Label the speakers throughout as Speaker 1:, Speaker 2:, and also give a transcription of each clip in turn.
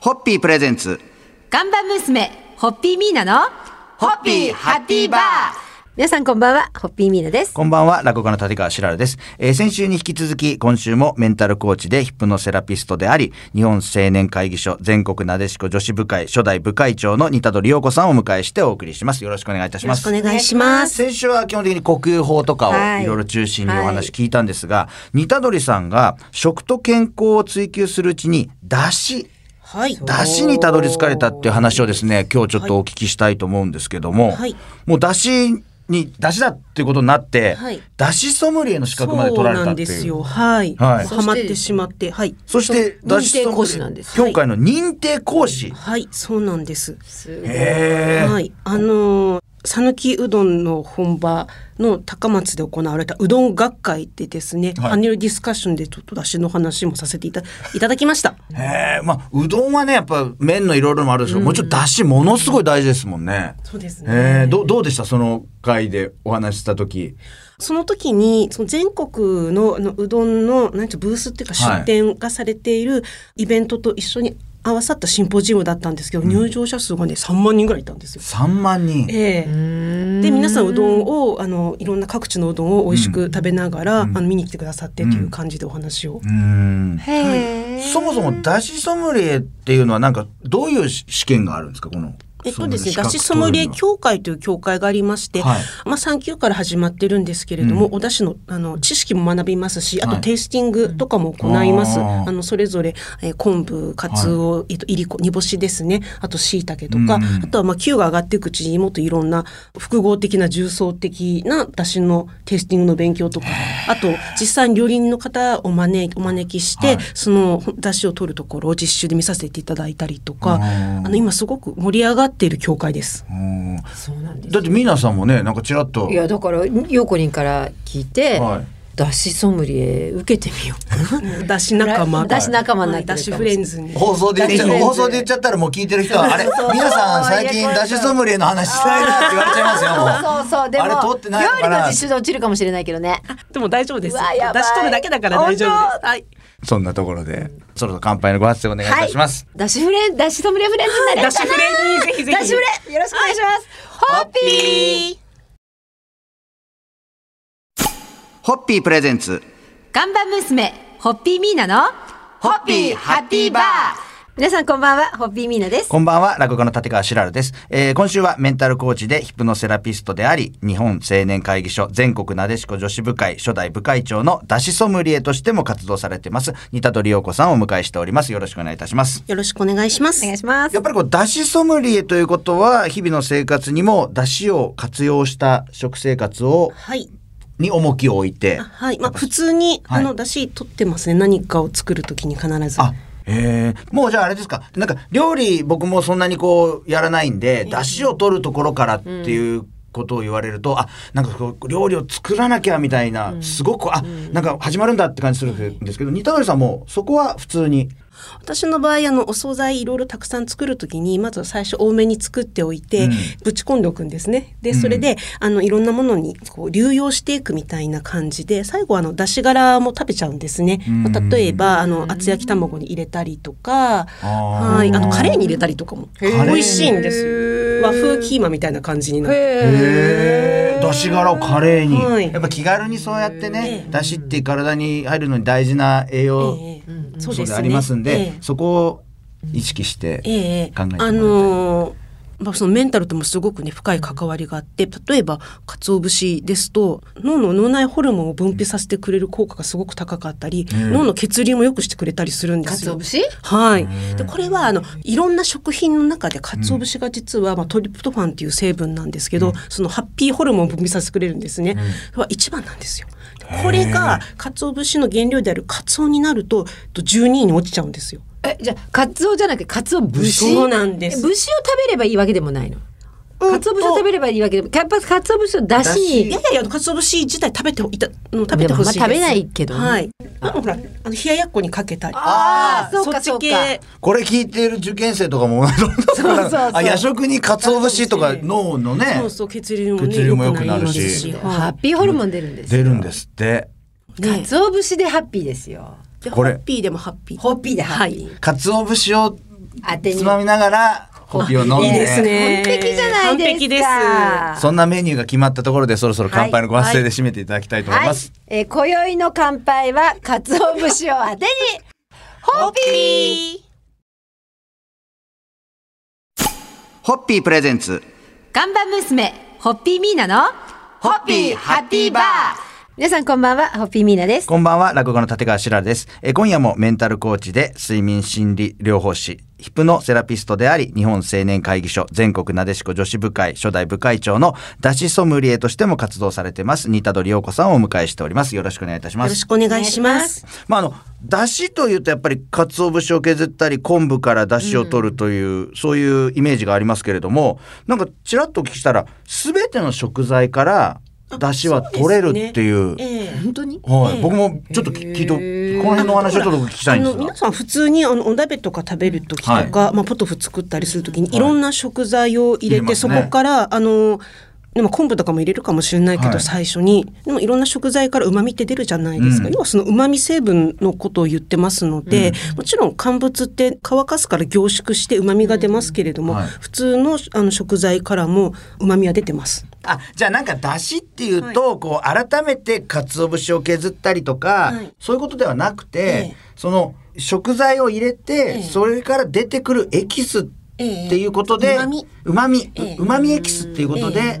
Speaker 1: ホッピープレゼンツ。
Speaker 2: 看板娘、ホッピーミーナの、
Speaker 1: ホッピーハッピーバー
Speaker 2: 皆さんこんばんは、ホッピーミーナです。
Speaker 1: こんばんは、落語家の立川しらるです。えー先週に引き続き、今週もメンタルコーチでヒップノセラピストであり、日本青年会議所全国なでしこ女子部会初代部会長の似たどりようこさんをお迎えしてお送りします。よろしくお願いいたし
Speaker 3: よろ
Speaker 1: ま
Speaker 3: し
Speaker 1: す
Speaker 3: くお。願いします。
Speaker 1: 先週は基本的に呼吸法とか
Speaker 3: は
Speaker 1: を
Speaker 3: い
Speaker 1: いろいろ中心にお話聞いたんですが、似たどりさんが食と健康を追求するうちに、出汁、
Speaker 3: はい。
Speaker 1: 出汁にたどり着かれたっていう話をですね、今日ちょっとお聞きしたいと思うんですけども、
Speaker 3: はい
Speaker 1: もう出汁に、出汁だっていうことになって、
Speaker 3: はい
Speaker 1: 出汁ソムリエの資格まで取られたっていう。
Speaker 3: そうなんですよ。はい。
Speaker 1: はい
Speaker 3: ハマってしまって、はい。
Speaker 1: そして、
Speaker 2: そう
Speaker 1: 出汁ソム
Speaker 2: 認定講師なん
Speaker 1: リエ
Speaker 2: です
Speaker 1: 協会の認定講師。
Speaker 3: はい、そうなんです。
Speaker 1: へー
Speaker 3: はい。あのー、讃岐うどんの本場の高松で行われたうどん学会でですね、
Speaker 1: はい
Speaker 3: パネルディスカッションでちょっと出汁の話もさせていたいただきました。
Speaker 1: へえ、まあ、うどんはね、やっぱ麺のいろいろもあるでしょう。もちろん出汁ものすごい大事ですもんね。
Speaker 3: そうですね
Speaker 1: ええ、どうどうでしたその回でお話しした時。
Speaker 3: その時にその全国のあのうどんのなんていうのブースっていうか
Speaker 1: はい
Speaker 3: 出店がされているイベントと一緒に合わさったシンポジウムだったんですけど、入場者数がね3万人ぐらいいたんですよ。
Speaker 1: 3万人。
Speaker 3: ええ、で皆さんうどんをあのいろんな各地のうどんを美味しく食べながら、あの見に来てくださってという感じでお話を、
Speaker 1: うーん。
Speaker 2: へ
Speaker 1: そもそもだしソムリエっていうのはなんかどういう試験があるんですかこの。
Speaker 3: えっとですね、
Speaker 1: その
Speaker 3: だしソムリエ協会という協会がありまして、
Speaker 1: はい
Speaker 3: まあ、3級から始まってるんですけれども、お出汁のあの知識も学びますし、あ
Speaker 1: は
Speaker 3: と
Speaker 1: い
Speaker 3: テイスティングとかも行います。
Speaker 1: あー
Speaker 3: あのそれぞれ、えー昆布、かつお、えっといりこ、煮干しですね、あと椎茸とか、
Speaker 1: うん
Speaker 3: あとはまあ級が上がっていくうちにもっといろんな複合的な重層的な出汁のテイスティングの勉強とか、あと実際に料理人の方を招お招きして、
Speaker 1: はい
Speaker 3: その出汁を取るところを実習で見させていただいたりとか、
Speaker 1: あー
Speaker 3: あの今すごく盛り上がっている教会です。
Speaker 1: うーん
Speaker 2: え。そうなんです
Speaker 1: だってミナさんもねなんかちらっと
Speaker 2: い。やだから陽子にから聞いて、
Speaker 1: はい
Speaker 2: だしソムリエ受けてみよ
Speaker 3: だし仲間。
Speaker 2: だし仲間になってるか
Speaker 3: だ
Speaker 2: もしれ
Speaker 3: し
Speaker 2: な
Speaker 3: フ
Speaker 2: い
Speaker 3: レンズに。
Speaker 1: 放送で言っちゃ
Speaker 2: だしソムリエ
Speaker 1: 放送で言っちゃったらもう聞いてる人はあれ
Speaker 2: そう
Speaker 1: 皆さん最近だしソムリエの話してないなって言われちゃいますよも
Speaker 2: う。そうそうでも
Speaker 1: あれ通ってないのか
Speaker 2: 料理
Speaker 1: な
Speaker 2: の実習で落ちるかもしれないけどね。
Speaker 3: でも大丈夫です。
Speaker 2: うわやばい
Speaker 3: だし取るだけだから大丈夫です。はい。
Speaker 1: そんなところでそろそろ乾杯のご発声お願いいたします。
Speaker 2: だしフレンだしソムリエフレンズになれる
Speaker 3: だしフレンズにぜひぜひ
Speaker 2: だしフレンよろしくお願いします。ホッピー。
Speaker 1: ホッピープレゼンツ。
Speaker 2: 看板娘、ホッピーミーナの、
Speaker 1: ホッピーハッピーバー
Speaker 2: 皆さんこんばんは、ホッピーミーナです。
Speaker 1: こんばんは、落語家の立川しらるです。えー今週はメンタルコーチでヒプノセラピストであり、日本青年会議所全国なでしこ女子部会初代部会長のダシソムリエとしても活動されてます、似た鳥陽子さんをお迎えしております。よろしくお願いいたします。
Speaker 3: よろしくお願いします。
Speaker 2: お願いします
Speaker 1: やっ。ぱりこう、ダシソムリエということは、日々の生活にもダシを活用した食生活を、
Speaker 3: はい。
Speaker 1: に重きを置いて
Speaker 3: あ。はい。まあ普通に、
Speaker 1: はい
Speaker 3: あのだし取ってますね。何かを作るときに必ず。
Speaker 1: あえー、もうじゃああれですかなんか料理僕もそんなにこうやらないんで出汁を取るところからっていうことを言われると、あなんかこう料理を作らなきゃみたいな、すごくあ、なんか始まるんだって感じするんですけど似たりさんもそこは普通に
Speaker 3: 私の場合あのお惣菜いろいろたくさん作るときにまずは最初多めに作っておいて、
Speaker 1: うん
Speaker 3: ぶち込んでおくんですね。でそれで、あのいろんなものにこう流用していくみたいな感じで最後あの出し柄も食べちゃうんですね。まあ、例えばあの厚焼き卵に入れたりとか、
Speaker 1: あー
Speaker 3: はいあのカレーに入れたりとかも美
Speaker 1: ー
Speaker 3: 味しいんですよ。和風キーマみたいな感じになって。
Speaker 1: へ出汁柄をカレーに、
Speaker 3: はい
Speaker 1: やっぱ気軽にそうやってね
Speaker 3: ええ
Speaker 1: 出汁って体に入るのに大事な栄養
Speaker 3: ええ
Speaker 1: 素でありますんで,、
Speaker 3: ええ
Speaker 1: そこを意識して考
Speaker 3: え
Speaker 1: え
Speaker 3: え
Speaker 1: てもらいたい、
Speaker 3: あのーまあ、そのメンタルともすごくね深い関わりがあって例えば鰹節ですと脳の脳内ホルモンを分泌させてくれる効果がすごく高かったり、脳の血流も良くしてくれたりするんですよ。
Speaker 2: 節
Speaker 3: はい、でこれはあのいろんな食品の中で鰹節が実は、まあ、トリプトファンっていう成分なんですけど、そのハッピーホルモンを分泌させてくれるんですね、は一番なんですよこれが鰹節の原料である鰹になるとと12位に落ちちゃうんですよ
Speaker 2: え、じゃあ、カツオじゃなくて、カツオ節
Speaker 3: そうなんです
Speaker 2: え節を食べればいいわけでもないの。
Speaker 3: うん
Speaker 2: カツオ節を食べればいいわけでも、やっぱカツオ節を出汁
Speaker 3: い
Speaker 2: に
Speaker 3: やい、やいや、鰹節自体食べていた、うん食べてほしいです。
Speaker 2: でもあんま食べないけどね
Speaker 3: はい。あのほら、あの冷ややっこにかけたり。
Speaker 2: あーそうか
Speaker 3: そっち系
Speaker 2: そう
Speaker 1: これ聞いている受験生とかもそう
Speaker 2: そうそう
Speaker 1: あ夜食に鰹節とか脳のね
Speaker 3: そうそう、血流もね。
Speaker 1: 血流も良くなるし
Speaker 3: 良くなります
Speaker 2: ハッ
Speaker 3: は
Speaker 2: ピーホルモン出るんです
Speaker 1: 出
Speaker 2: よ。
Speaker 1: るんですって
Speaker 2: カツオ節でハッピーですよ。
Speaker 3: い。で、
Speaker 1: こ
Speaker 3: ホ
Speaker 1: れ
Speaker 3: ッピーでもハッピー。
Speaker 2: ホッピーでハッピー。
Speaker 1: 鰹節を
Speaker 2: 当てに
Speaker 1: つまみながらコピーを飲んで
Speaker 3: いいですね。
Speaker 2: 完璧じゃない
Speaker 3: 完璧
Speaker 2: ですか。
Speaker 1: そんなメニューが決まったところでそろそろ乾杯のご発声で締めていただきたいと思い
Speaker 2: は
Speaker 1: ま
Speaker 2: い
Speaker 1: す、。
Speaker 2: えー、今宵の乾杯は、鰹節を当てに、ホッピー
Speaker 1: ホッピープレゼンツ
Speaker 2: ガンバ娘、ホッピーミーナの、
Speaker 1: ホッピーハッピーバー
Speaker 2: 皆さんこんばんは、ホッピーミーナです。
Speaker 1: こんばんは、落語の立川しららです。えー今夜もメンタルコーチで睡眠心理療法士、ヒプノセラピストであり、日本青年会議所、全国なでしこ女子部会、初代部会長のダシソムリエとしても活動されてます、新田戸陽子さんをお迎えしております。よろしくお願いいたし
Speaker 3: よ
Speaker 1: ま
Speaker 3: ろ
Speaker 1: す
Speaker 3: し。くお願いします。
Speaker 1: まあ、あの、だしというとやっぱり、鰹節を削ったり、昆布からだしを取るという、そういうイメージがありますけれども、なんか、ちらっとお聞きしたら、すべての食材から、だしは取れるっていう。
Speaker 3: ええ
Speaker 2: 本当に
Speaker 1: はい、
Speaker 3: ええ
Speaker 1: 僕もちょっと聞きと、この辺のお話をちょっと聞きたいんです
Speaker 3: あの
Speaker 1: が
Speaker 3: 皆。さん普通にあのお鍋とか食べる時とか、
Speaker 1: はい
Speaker 3: まあ、ポトフ作ったりする時にいろんな食材を入
Speaker 1: 入
Speaker 3: れて、
Speaker 1: れます
Speaker 3: そ
Speaker 1: ね
Speaker 3: こからあのでも昆布とかも入れるかもしれないけど、
Speaker 1: はい
Speaker 3: 最初にでもいろんな食材からうまみって出るじゃないですか、
Speaker 1: うん
Speaker 3: 要はそのうまみ成分のことを言ってますので、もちろん乾物って乾かすから凝縮してうまみが出ますけれども、
Speaker 1: はい
Speaker 3: 普通のあの食材からもうまみは出てます。
Speaker 1: あ、じゃあなんか出汁っていうと、こう改めて鰹節を削ったりとか、
Speaker 3: はい
Speaker 1: そういうことではなくて、
Speaker 3: ええ
Speaker 1: その食材を入れて、
Speaker 3: ええ
Speaker 1: それから出てくるエキスっていうことで、
Speaker 3: ええ旨味
Speaker 1: うまみ、
Speaker 3: ええ
Speaker 1: うまみエキスっていうことで、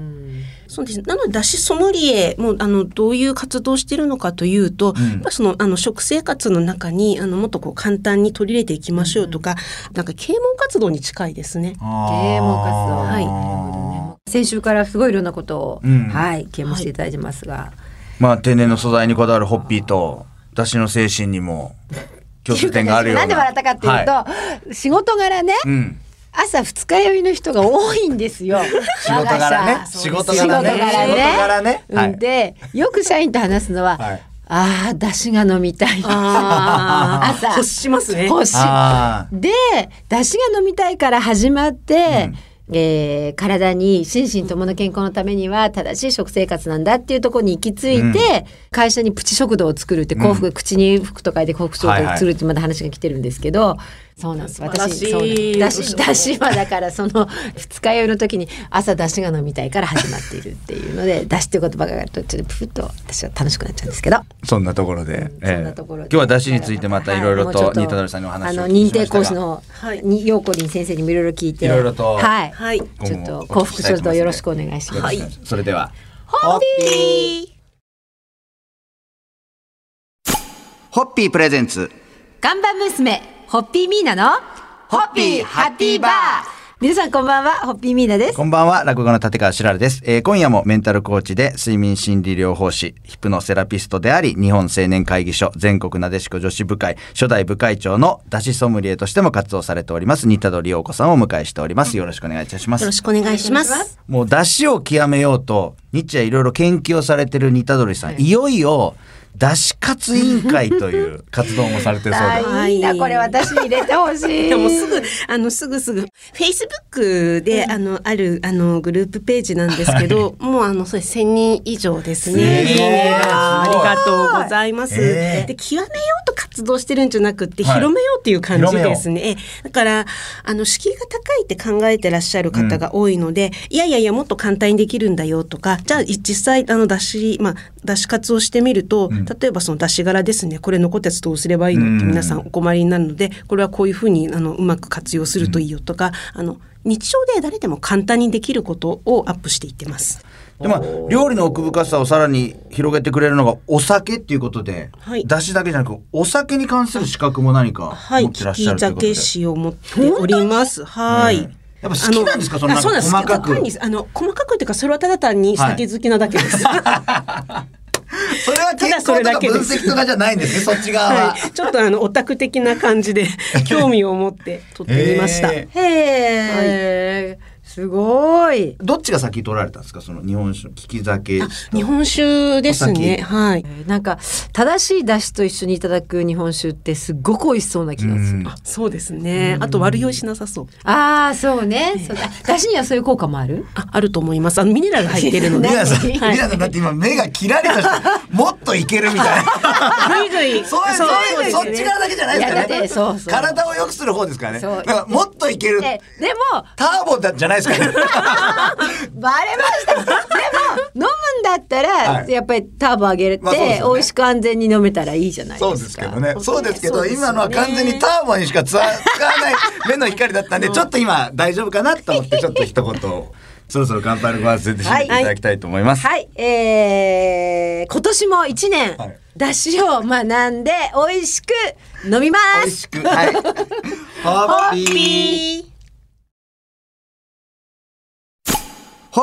Speaker 3: そうですねなので、だしソムリエもあのどういう活動をしているのかというと、
Speaker 1: ん
Speaker 3: やっぱそのあの食生活の中にあのもっとこう簡単に取り入れていきましょうとか、なんか啓蒙活動に近いですね。
Speaker 2: 啓蒙活動。
Speaker 1: あー
Speaker 2: はい。なるほどね。先週からすごいいろんなことを、
Speaker 1: うん
Speaker 2: はい、啓蒙していただいてますが。
Speaker 1: まあ天然の素材にこだわるホッピーと出汁の精神にも共通点があるような。
Speaker 2: なんで笑ったかっていうと、
Speaker 1: は
Speaker 2: 仕事柄ね、
Speaker 1: いうん。
Speaker 2: 朝二日酔いの人が多いんですよ。
Speaker 1: 仕事柄ね。仕事柄ね。
Speaker 2: 仕事柄ね
Speaker 1: 仕事柄ね。はい
Speaker 2: うんで、よく社員と話すのは、
Speaker 1: はい
Speaker 2: ああ、出汁が飲みたい。
Speaker 3: あ
Speaker 2: 朝。
Speaker 3: 欲しますね。
Speaker 2: 欲しい
Speaker 1: あー
Speaker 2: で出汁が飲みたいから始まって、えー体に心身ともの健康のためには正しい食生活なんだっていうところに行き着いて、
Speaker 1: うん
Speaker 2: 会社にプチ食堂を作るって幸福、口に服と書いて幸福食堂を作るってまだ話が来てるんですけど、そうなんです
Speaker 3: 素晴ら
Speaker 2: 私
Speaker 3: しい
Speaker 2: そうなんだしだしはだからその二日酔いの時に朝だしが飲みたいから始まっているっていうのでだしっていう言葉があるとちょっとプッと私は楽しくなっちゃうんですけど。
Speaker 1: そんなところで、え
Speaker 2: そんなところ
Speaker 1: ー今日は出汁についてまたいろいろ
Speaker 2: はも
Speaker 1: と
Speaker 2: うちょっ
Speaker 1: 新田鳥さんにお話を
Speaker 2: あ
Speaker 1: お
Speaker 2: の
Speaker 1: 聞き
Speaker 2: 認
Speaker 1: しま
Speaker 2: 定
Speaker 1: したが
Speaker 2: 講師の
Speaker 3: はい
Speaker 2: に陽子林先生にもいろいろ聞いて
Speaker 1: いろいろと
Speaker 2: はい、
Speaker 3: はい
Speaker 2: ちょっと幸福食堂よろしくお願いします。
Speaker 1: よろしくお願いしますそれでは
Speaker 2: ホッピー
Speaker 1: ホッピープレゼンツ
Speaker 2: ガンバ娘ホッピーミーナの
Speaker 1: ホッピーハッピーバー
Speaker 2: 皆さんこんばんはホッピーミーナです
Speaker 1: こんばんは落語の立川しらるです、えー今夜もメンタルコーチで睡眠心理療法士ヒプノセラピストであり日本青年会議所全国なでしこ女子部会初代部会長のだしソムリエとしても活動されております新田鳥陽子さんをお迎えしておりますよろしくお願いいたします
Speaker 3: よろしくお願いします。
Speaker 1: もう出汁を極めようと日夜いろいろ研究をされてる似たどりさん、い、よいよ出汁活委員会と いう活動もされてるそう
Speaker 2: あ
Speaker 1: で
Speaker 2: ーいいなこれ私に入れてほしい
Speaker 3: でもすぐ、あの、すぐすぐ、フェイスブックで、あの、ある、あの、グループページなんですけど、もう、あの、そうです、1000人以上ですね。
Speaker 1: すごい
Speaker 3: いいねがありがとうございます。
Speaker 1: ええ
Speaker 3: で、極めようと活動してるんじゃなくって、
Speaker 1: はい
Speaker 3: 広めようっていう感
Speaker 1: 広
Speaker 3: じ
Speaker 1: めよう
Speaker 3: ですね。ええだから、あの、敷居が高いって考えてらっしゃる方が多いので、いやいやいや、もっと簡単にできるんだよとか、じゃあ、実際、あの、だし、まあ、だし活をしてみると、例えばそのだし柄ですね、これ残ったやつどうすればいいのって皆さんお困りになるので、これはこういうふうに、あの、うまく活用するといいよとか、あの、日常で誰でも簡単にできることをアップしていってます。
Speaker 1: でまあ料理の奥深さをさらに広げてくれるのがお酒っていうことで、
Speaker 3: はい
Speaker 1: 出汁だけじゃなくお酒に関する資格も何か
Speaker 3: はい、
Speaker 1: 持ってらっ
Speaker 3: 聞
Speaker 1: しゃる
Speaker 3: き
Speaker 1: ということで、
Speaker 3: 酒師を持っております。はい。
Speaker 1: うんやっぱ好きなんですか
Speaker 3: あ
Speaker 1: そのなんか
Speaker 3: あうです
Speaker 1: 細かく
Speaker 3: 単にあの細かくっていうかそれはただ単に
Speaker 1: はい
Speaker 3: 酒好きなだけ です。
Speaker 1: それは健康と
Speaker 3: ただそれだ
Speaker 1: か
Speaker 3: け
Speaker 1: 分
Speaker 3: です
Speaker 1: 析とかじゃないん ですねそっち側は。
Speaker 3: はい。ちょっとあのオタク 的な感じで興味を持って撮ってみました。
Speaker 1: えー
Speaker 2: へえ、すすごい。
Speaker 1: どっちが先取られたんですかその日本酒利き酒
Speaker 3: 日本酒ですね。
Speaker 1: お酒
Speaker 3: はい。
Speaker 2: えーなんか正しい出汁と一緒にいただく日本酒ってすっごく美味しそうな気がする。
Speaker 1: うん
Speaker 3: あ、そうですね。あと悪用意しなさそう。
Speaker 2: ああそうね。そうだ出汁にはそういう効果もある。
Speaker 3: あ、あると思います。あのミネラル入ってるの
Speaker 1: ミ
Speaker 3: で。
Speaker 1: ラさん、
Speaker 2: はい
Speaker 1: ミラさんだって今目が切られた 人、もっといけるみたいな。
Speaker 3: ぐいぐ
Speaker 1: そう
Speaker 3: い。
Speaker 1: いう、そういう、そっち側だけじゃないですから
Speaker 2: いやだっ
Speaker 1: ね。
Speaker 2: てそうそう
Speaker 1: 体を良くする方ですからね。
Speaker 2: そう
Speaker 1: だからもっといける。
Speaker 2: ででも
Speaker 1: ターボだじゃないです からね。
Speaker 2: バレました。でも飲むんだったら、
Speaker 1: はい
Speaker 2: やっぱりターボ上げて、
Speaker 1: まあそうですよね
Speaker 2: 美味しく安全に飲めたらいいじゃないです
Speaker 1: そ
Speaker 2: か。
Speaker 1: うですけどね。そうですけ
Speaker 3: そ
Speaker 1: ど、
Speaker 3: うですよね
Speaker 1: 今のは完全にターボにしか使わ使わない目の光だったんで、ちょっと今大丈夫かなと思って、ちょっと一言を。そろそろ乾杯のご挨拶で締めていただきたいと思います。
Speaker 2: はい、えー、今年も一年、
Speaker 1: はい
Speaker 2: 出汁を学んで美味しく飲みま
Speaker 1: 美味
Speaker 2: す。
Speaker 1: しく。はい。ハッピー。 ホ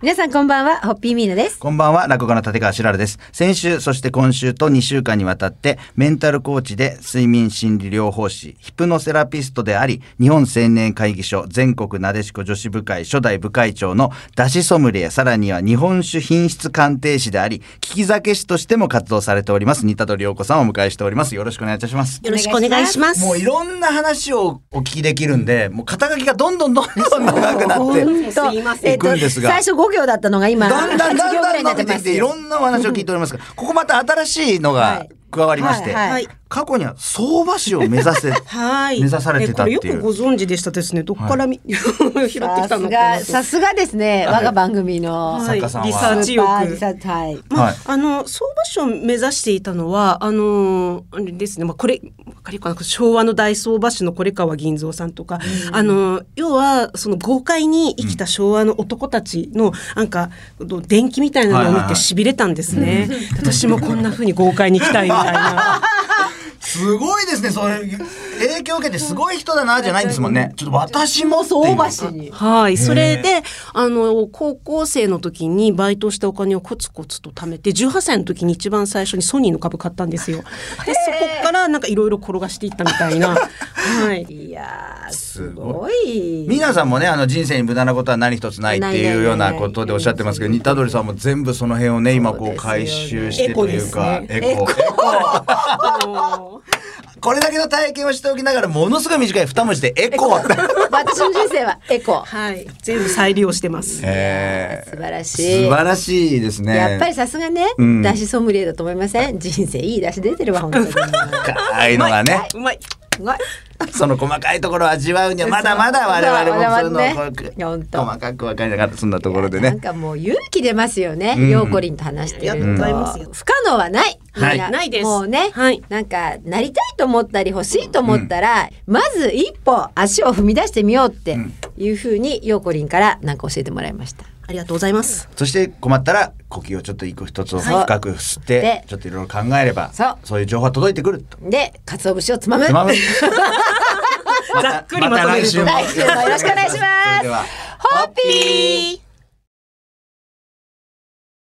Speaker 2: 皆さんこんばんは、ホッピーミーナです。
Speaker 1: こんばんは、落語家の立川しららです。先週、そして今週と2週間にわたって、メンタルコーチで睡眠心理療法士、ヒプノセラピストであり、日本青年会議所全国なでしこ女子部会初代部会長のダシソムリエ、さらには日本酒品質鑑定士であり、聞き酒師としても活動されております、新田戸良子さんをお迎えしております。よろしくお願いいたします。
Speaker 3: よろしくお願いします。
Speaker 1: もういろんな話をお聞きできるんで、もう肩書きがどんどんどんどん長く なって。
Speaker 2: ほんと
Speaker 3: すいませ
Speaker 1: ん
Speaker 2: えっと
Speaker 1: 行くんですが
Speaker 2: 最初5行だったのが今、
Speaker 1: だんだんだん
Speaker 2: 8行ぐ
Speaker 1: だ
Speaker 2: らい
Speaker 1: ん
Speaker 2: に
Speaker 1: 伸
Speaker 2: なって
Speaker 1: びて
Speaker 2: ま
Speaker 1: き
Speaker 2: す
Speaker 1: ていろんなお話を聞いておりますが、ここまた新しいの
Speaker 2: は
Speaker 1: が
Speaker 2: い
Speaker 1: 加わりまして、
Speaker 2: はいはい
Speaker 1: 過去には相場師を目指せ
Speaker 3: はい。
Speaker 1: 目指されてたっていう
Speaker 3: えこれよくご存知でしたですね。どっからみ、 拾ってきた
Speaker 2: さす
Speaker 3: のかな
Speaker 2: が、
Speaker 3: と。
Speaker 2: さすがですね、我が番組の、
Speaker 3: はい、
Speaker 1: 作家
Speaker 3: リサ
Speaker 1: さんは
Speaker 3: ーチ
Speaker 2: スーパー
Speaker 3: 欲
Speaker 2: リ。サーチはい。
Speaker 3: まあ、
Speaker 1: はい
Speaker 3: あの相場所を目指していたのはあのあれですね、まあ、これわかるかな昭和の大相場師の是川銀蔵さんとか、あの要はその豪快に生きた昭和の男たちの、なんかどう電気みたい
Speaker 1: は
Speaker 3: なのを
Speaker 1: い
Speaker 3: 見
Speaker 1: はいは
Speaker 3: て
Speaker 1: い
Speaker 3: しびれたんですね、 私もこんな風に豪快に生きたいみたいな
Speaker 1: すごいですねそれ影響を受けてすごい人だなじゃないんですもんねちょっと私もっていう
Speaker 2: 相場師に。
Speaker 3: はいそれであの高校生の時にバイトしたお金をコツコツと貯めて18歳の時に一番最初にソニーの株買った んですよ。でそこからなんかいろいろ転がしていったみたいな。はい
Speaker 2: いやー、す
Speaker 1: す
Speaker 2: ご
Speaker 1: ご
Speaker 2: い。
Speaker 1: 皆さんもねあの人生に無駄なことは何一つないっていうようなことでおっしゃってますけど
Speaker 2: ない
Speaker 1: 似たどりさんも全部その辺をね今こ
Speaker 2: そう
Speaker 1: う
Speaker 2: ですよね
Speaker 1: 回収してというか
Speaker 3: エ
Speaker 1: エコエコ
Speaker 3: もう
Speaker 1: これだけの体験をしておきながらものすごい短い二文字でエコーって
Speaker 2: 私の人生はエコ。
Speaker 3: はい、全部再利用してます。
Speaker 1: えー
Speaker 2: 素晴らしい。
Speaker 1: 素晴らしいですね。
Speaker 2: やっぱりさすがね、
Speaker 1: うん
Speaker 2: だしソムリエだと思いません人生いいだし出てるわ、本当に。す
Speaker 1: 深いのがね、
Speaker 3: うまい。
Speaker 2: ごい。
Speaker 1: その細かいところを味わうにはまだまだ我々もそういうのをこう
Speaker 2: そう我々ね
Speaker 1: 細かく分かりながらそんなところで
Speaker 2: なん
Speaker 1: ね。
Speaker 2: かもう勇気出ますよね、
Speaker 1: うん
Speaker 2: ヨーコリンと話してると、
Speaker 3: ありがとうございます
Speaker 2: 不可能はない、
Speaker 1: はい
Speaker 2: みん
Speaker 3: ないです
Speaker 2: もうね、
Speaker 3: はい
Speaker 2: なんかなりたいと思ったり欲しいと思ったら、まず一歩足を踏み出してみようっていうふうにヨーコリンからなんか教えてもらいました
Speaker 3: ありがとうございます。
Speaker 1: そして困ったら呼吸をちょっと一個一つを
Speaker 2: はい
Speaker 1: 深く吸っ
Speaker 2: で
Speaker 1: てちょっといろいろ考えれば
Speaker 2: そう
Speaker 1: そういう情報が届いてくると。
Speaker 2: で鰹節をつまむ
Speaker 1: つまむ
Speaker 3: ざっくりまとめる
Speaker 1: た来
Speaker 3: と
Speaker 1: 週も
Speaker 2: 来週もよろしくお願いします
Speaker 1: それでは
Speaker 2: ホッピー